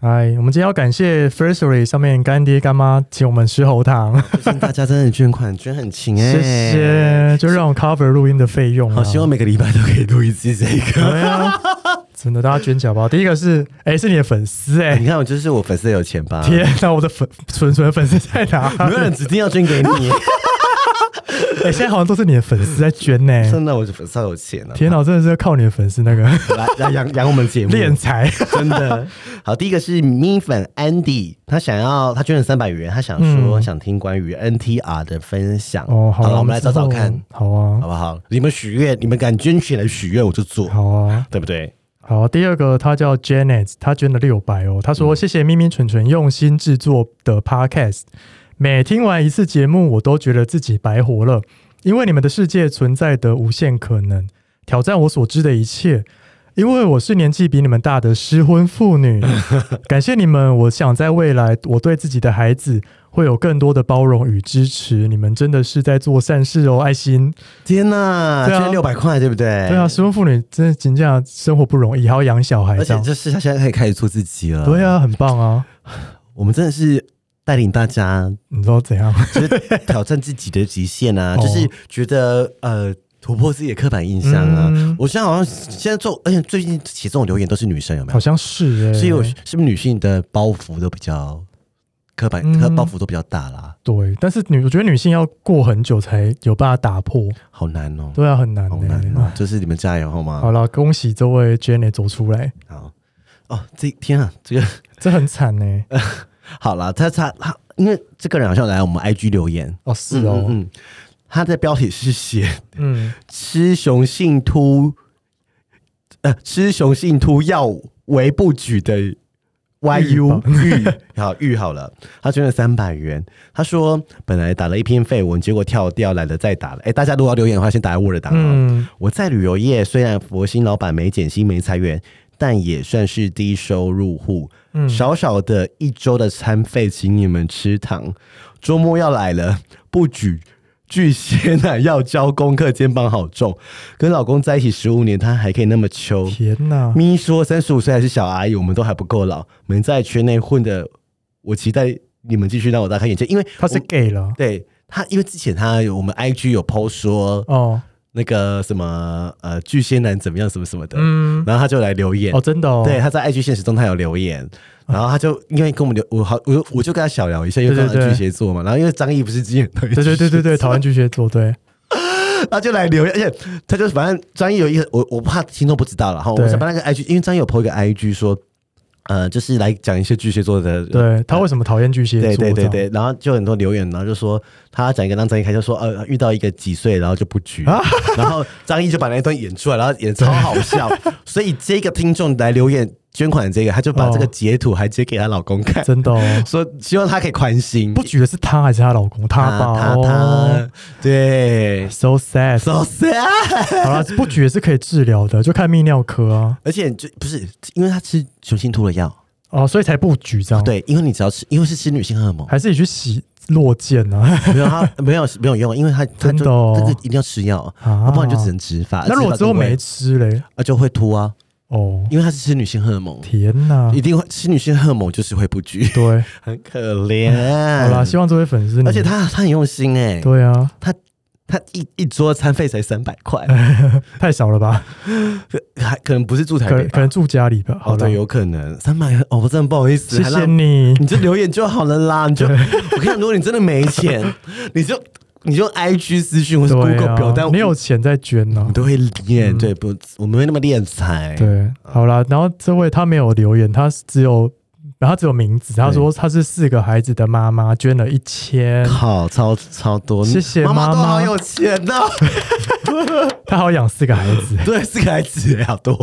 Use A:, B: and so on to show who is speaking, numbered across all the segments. A: 哎，我们今天要感谢 Firstory 上面干爹干妈请我们吃喉 糖，
B: 最近大家真的捐款捐很勤哎、
A: 谢谢，就让我 cover 录音的费用、啊。
B: 哦好希望每个礼拜都可以录一次这个。
A: 对啊，真的，大家捐脚吧。第一个是，哎、是你的粉丝 哎、
B: 你啊看我就是我粉丝有钱吧？
A: 天啊哪，我的粉纯纯粉丝在哪？
B: 没有人指定要捐 给你，
A: 啊哎、现在好像都是你的粉丝在捐呢、
B: 真的，我的粉丝好有钱啊！
A: 天哪，我啊真的是靠你的粉丝那个
B: 来来养养我们节目，
A: 敛财。
B: 真的好。第一个是咪粉 Andy，他想要他捐了三百元，他想说、
A: 嗯
B: 想听关于 NTR 的分享。
A: 哦，好
B: 了，
A: 啊
B: 我们来找找看，。
A: 好啊
B: 好，不好？你们许愿，你们敢捐钱来许愿，我就做，
A: 好啊，
B: 对不对？
A: 好啊。第二个，他叫 Janet，他捐了六百哦。他
B: 嗯
A: 说：“谢谢咪咪蠢蠢用心制作的 Podcast，每听完一次节目，我都觉得自己白活了，因为你们的世界存在的无限可能，挑战我所知的一切。”因为我是年纪比你们大的失婚妇 女，感谢你们。我想在未来，我对自己的孩子会有更多的包容与支持。你们真的是在做善事哦，爱心。
B: 天哪，
A: 对啊
B: 捐六百块，对不对？
A: 对啊，失婚妇女真的真这样生活不容易，还要养小孩
B: 而
A: 这
B: 且
A: 样。
B: 就是他现在可以开始做自己了。
A: 对啊，很棒啊！
B: 我们真的是带领大家，
A: 你知道怎样？
B: 就是挑战自己的极限啊，
A: 哦
B: 就是觉得呃。突破自己的刻板印象啊！
A: 嗯
B: 我现在好像现在做，而且最近写这种留言都是女生，有没
A: 好
B: 有？
A: 像是哎、
B: 所以我是不是女性的包袱都比较刻板，
A: 嗯
B: 刻包袱都比较大啦？
A: 对，但是女我觉得女性要过很久才有办法打破，
B: 好难哦、
A: 对啊，很难、欸。
B: 好难哦、就是你们加油好
A: 好
B: 吗？
A: 了，恭喜这位 Jenny 走出来，
B: 好哦，这天啊，这个
A: 这很惨欸呢、
B: 嗯好啦，他他他，因为这个人好像来我们 IG 留言，
A: 哦，是哦，嗯
B: 嗯嗯，他的标题是写
A: 嗯
B: 雌雄性秃，呃，雌雄性秃要为不举的 YU 玉， 好玉好了，他捐了三百元。他说本来打了一篇废文，结果跳掉，懒得再打了。哎、大家如果要留言的话，先打在 Word 档
A: 嗯
B: 哦。我在旅游业虽然佛心老板没减薪没裁员，但也算是低收入户。
A: 嗯
B: 少少的一周的餐费，请你们吃糖。周末要来了，不举巨蟹男要交功课，肩膀好重。跟老公在一起十五年，他还可以那么秋。
A: 天哪，
B: 咪说三十五岁还是小阿姨，我们都还不够老。你们在圈内混的，我期待你们继续让我大开眼界，因为
A: 他是
B: 我
A: gay 了
B: 对他，因为之前他有我们 IG 有 PO 说，
A: 哦，
B: 那个什么呃巨蟹男怎么样什么什么的，
A: 嗯，
B: 然后他就来留言，
A: 哦，真的哦，
B: 对，他在 IG 现实中他有留言，然后他就因为跟我们聊，我好我就我就跟他小聊一下，因为
A: 对
B: 他
A: 对
B: 是
A: 对
B: 巨蟹座嘛，然后因为张译不是之前对
A: 对对对对对，讨厌巨蟹座， 对，
B: 他就来留言，而且他就反正张译有一个我我怕听众不知道了哈，
A: 对
B: 我想把那个 IG，因为张译有 po 一个 IG 说，呃，就是来讲一些巨蟹座的呃
A: 对他为什么讨厌巨蟹座？
B: 对对对
A: 这样
B: 对，然后就很多留言，然后就说他讲一个让张一开就说呃遇到一个几岁然后就不举，
A: 啊
B: 然后张一就把那一段演出来，然后演超好 笑，所以这个听众来留言捐款的这个，他就把这个截图还截给她老公看，
A: 真的哦，
B: 说希望他可以宽心，
A: 不举的是他还是她老公？他吧，
B: 啊他
A: 哦
B: 他对
A: So sad，
B: ，so sad，
A: 好了，不举也是可以治疗的，就看泌尿科啊。
B: 而且就不是因为他吃雄性秃的药，
A: 哦，所以才不举这样。，
B: 对，因为你只要吃，因为是吃女性荷 尔蒙，
A: 还是你去洗落剑啊？
B: 没有他没有没有用，因为他他
A: 真
B: 就
A: 的哦
B: 这个一定要吃药，
A: 啊
B: 要不然就只能植发，
A: 那如果
B: 植发
A: 之后
B: 更贵
A: 没吃嘞？
B: 啊，就会秃啊，
A: 哦，
B: 因为他是吃女性荷尔蒙，
A: 天啊哪！
B: 一定会吃女性荷尔蒙就是会 不举，
A: 对，
B: 很可 怜。
A: 好啦，希望这位粉丝你，
B: 嗯而且他他很用心哎、
A: 对啊，
B: 他一一桌餐费才三百块，
A: 哎太少了吧？
B: 还可能不是住台
A: 可
B: 北吧，
A: 可能住家里吧。好
B: 哦
A: 了
B: 对，，有可能三百，哦，我真的不好意思，
A: 谢
B: 还
A: 谢
B: 让
A: 你。
B: 你就留言就好了啦，你就 我看，如果你真的没 钱，你就你就 IG 私讯或是
A: 对
B: Google 表
A: 啊，
B: 单，
A: 你有钱再捐啊
B: 我
A: 呢
B: 们。都会练，对不？我们会那么练财，
A: 对，好啦，然后这位他没有留言，他只有。然后他只有名字，他说他是四个孩子的妈妈，捐了一千，
B: 好，超超多，
A: 谢谢
B: 妈
A: 妈
B: 都
A: 妈
B: 好有钱啊呐、
A: 他好养四个孩子。
B: 对，四个孩子好多，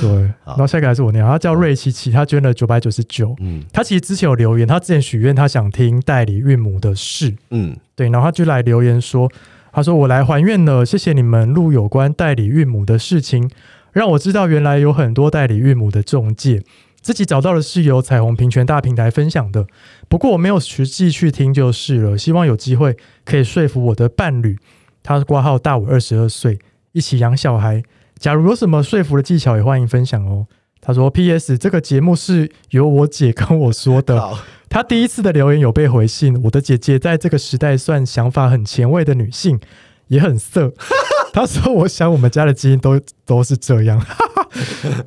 A: 对，然后下一个还是我念，他叫瑞奇奇，他捐了九百九十九。
B: 嗯
A: 他其实之前有留言，他之前许愿，他想听代理孕母的事，
B: 嗯，
A: 对，然后他就来留言说，他说：“我来还愿了，谢谢你们录有关代理孕母的事情，让我知道原来有很多代理孕母的中介。自己找到的是由彩虹平权大平台分享的，不过我没有实际去听就是了。希望有机会可以说服我的伴侣，他挂号大我二十二岁，一起养小孩。假如有什么说服的技巧，也欢迎分享哦。”他说：“P.S. 这个节目是由我姐跟我说的。”
B: 好，
A: 她第一次的留言有被回信。我的姐姐在这个时代算想法很前卫的女性，也很 色。她说：“我想我们家的基因都都是这样。”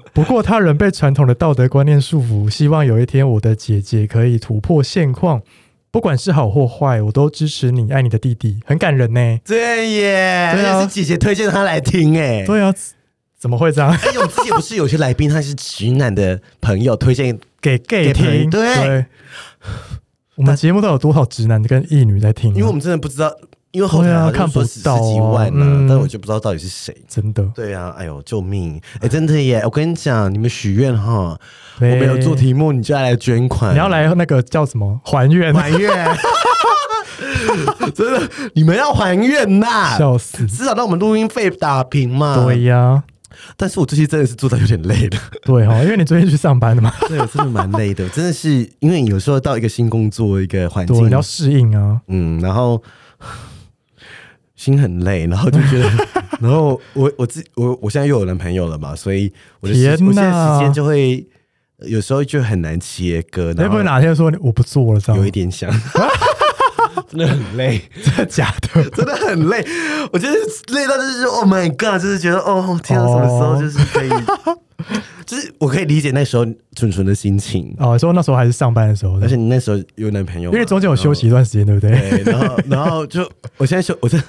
A: 不过她仍被传统的道德观念束缚。希望有一天我的姐姐可以突破现况，不管是好或坏，我都支持你，爱你的弟弟。很感人呢、
B: 对耶，
A: 对啊
B: 而且是姐姐推荐他来听哎。
A: 对啊，怎么会这样？
B: 哎，我们之前不是有些来宾他是直男的朋友推荐
A: 给 gay
B: 给朋友
A: 听，
B: 对
A: 我们节目到底有多少直男跟异女在听啊？
B: 因为我们真的不知道，因为后台
A: 对
B: 好
A: 啊
B: 像说十
A: 看不到啊
B: 十几万呢、
A: 嗯
B: 但我就不知道到底是谁。
A: 真的，
B: 对啊，哎呦，救命！哎，真的耶！我跟你讲，你们许愿哈，我
A: 对
B: 们有做题目，你就要来捐款，
A: 你要来那个叫什么还愿？
B: 还 愿，真的，你们要还愿呐！
A: 笑死！
B: 至少让我们录音费打平嘛。
A: 对，呀、
B: 但是我最近真的是做到有点累了，
A: 对哈、因为你最近去上班了嘛，
B: 对我真的蛮累的，真的是因为有时候到一个新工作一个环
A: 对，
B: 境
A: 你，要适应啊。
B: 嗯，然后心很累，然后就 觉得，然后我我自我我现在又有男朋友了嘛，所以我的时
A: 天哪
B: 我现在时间就会呃有时候就很难切割，
A: 会
B: 然
A: 不
B: 后
A: 会哪天说你我不做了这样？
B: 有一点 想，真的很累，
A: 真的假的？
B: 真的很累，我觉得累到就是 Oh my God，就是觉得哦天啊，什么时候就是可以， 就是我可以理解那时候纯纯的心情，
A: 哦，说那时候还是上班的时候，
B: 而且你那时候有男朋友嘛，
A: 因为中间有休息一段时间，对不
B: 然
A: 对？
B: 后，对，然后然后就我现在休，我真的。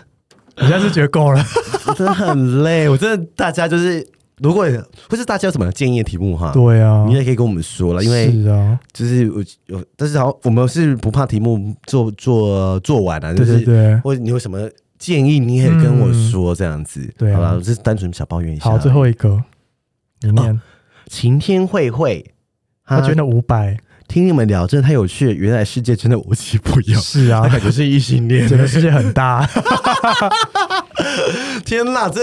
A: 你现在是觉得够了？
B: 我真的 很累，我真的大家就是，如果或是大家有什么建议的题目哈，
A: 对啊
B: 你，也可以跟我们说了，因为
A: 是啊，
B: 就是我有，但是好，我们是不怕题目做做做完啊，就
A: 对
B: 是
A: 对 对。
B: 或者你有什么建议，你也跟我说这样子，
A: 对啊
B: 好了，我就是单纯小抱怨一下。
A: 好，最后一个，你念，
B: 晴天慧慧，
A: 他
B: 他
A: 捐了五百，
B: 听你们聊真的太有趣了，原来世界真的无奇不有。
A: 是啊
B: 他，感觉是异性 恋，
A: 整个世界很大，
B: 天哪！这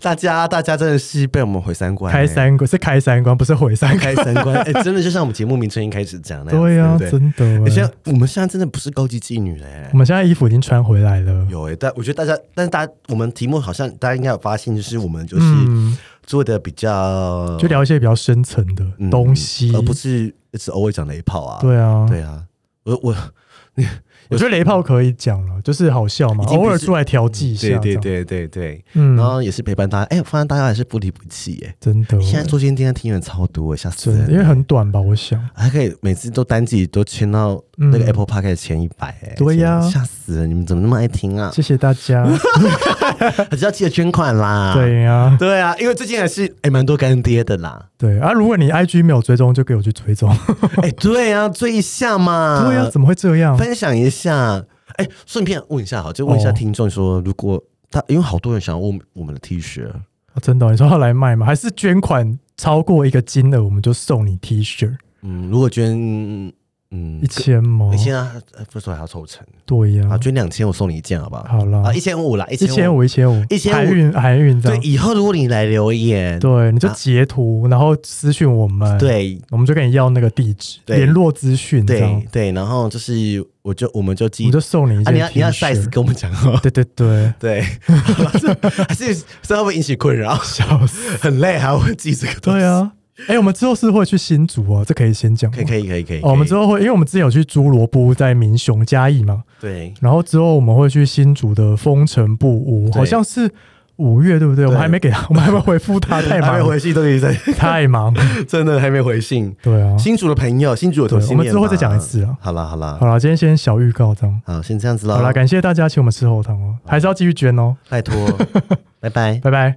B: 大家大家真的是被我们毁三观欸，
A: 开三关是开三关，不是毁三关。
B: 开三 观，哎、真的就像我们节目名称一开始讲那样子，
A: 对啊，
B: 不对？
A: 真的嗯
B: 而且
A: 欸。
B: 我们现在真的不是高级妓女嘞、哎
A: 我们现在衣服已经穿回来了，
B: 有哎、但我觉得大家，但是大家我们题目好像大家应该有发现，就是我们就是
A: 嗯，
B: 做的比较
A: 就聊一些比较深层的
B: 嗯
A: 东西，
B: 而不是只偶尔讲雷炮啊。
A: 对啊，
B: 对啊，我我
A: 我觉得雷炮可以讲了，就是好笑嘛，
B: 已经不
A: 偶
B: 是嗯
A: 尔出来调剂一下。
B: 对对
A: 这样，
B: 对对对，
A: 嗯，
B: 然后也是陪伴大家。哎、我发现大家还是不离不弃耶、
A: 真的，
B: 现在做今天听人超多，吓死
A: 真的，
B: 人！啊
A: 因为很短吧，我想。
B: 还可以每次都单自己都签到那个
A: 嗯
B: Apple Park 的前一百、哎，
A: 对呀
B: 吓死人！你们怎么那么爱 听啊？
A: 谢谢大 家，
B: 还是要记得捐款啦。
A: 对呀，
B: 对啊，因为最近还是哎蛮、多干爹 的啦。
A: 对啊，如果你 IG 没有追踪，就给我去追踪。
B: 哎、对啊，追一下嘛。
A: 对呀，啊怎么会这样？
B: 分享一下。哎、顺便问一下哈，就问一下
A: 哦
B: 听众说，如果他因为好多人想要问我们的 T 恤，
A: 啊真的哦，你说要来卖吗？还是捐款超过一个金额，我们就送你 T 恤
B: 嗯，如果捐嗯
A: 一千哦吗
B: 一？千啊，呃不是还要抽成
A: 对
B: 啊，
A: 呀，
B: 捐两千我送你一件好不好？
A: 好啦
B: 啊，一，千五啦，一
A: 一千
B: 五。
A: 五，一千五，
B: 1500
A: 海运，海运这
B: 对，
A: 样。
B: 以后如果你来留言，
A: 对，你就
B: 啊
A: 截图，然后私讯我们，，
B: 对
A: 我们就跟你要那个地址、
B: 对
A: 联络资讯，这样
B: 对对，然后就是我就我们就
A: 我
B: 记
A: 们就送你一
B: 啊，
A: 件 T 恤。
B: 你要你要 size 跟我们讲哦。
A: 对对对，
B: 对， 好了这还是这会不会引起困扰？
A: 笑死！
B: 很累，还会记这个东西。
A: 对，啊，哎、我们之后是会去新竹哦，这可以先讲吗。
B: 可以可以可以可以。
A: 哦，我们之
B: 后
A: 后会，因为我们之前有去猪萝卜在民雄嘉义嘛，
B: 对
A: 然后之后我们会去新竹的风尘布屋，
B: 对
A: 好像是五月，对不对？我们
B: 对
A: 还没 给他，我们还没回复他，太
B: 还没
A: 忙了，
B: 回信，都 已经在，
A: 太忙了。
B: 真的还没回信。
A: 对啊，
B: 新竹的朋友，新竹有同性
A: 对
B: 恋
A: 我们之后再讲一次啊
B: 吧好啦好啦
A: 好，啦，今天先小预告这样。
B: 好，先这样子喽。
A: 好啦，感谢大家请我们吃后堂哦，还是要继续捐哦，
B: 拜托，拜拜。
A: 拜拜。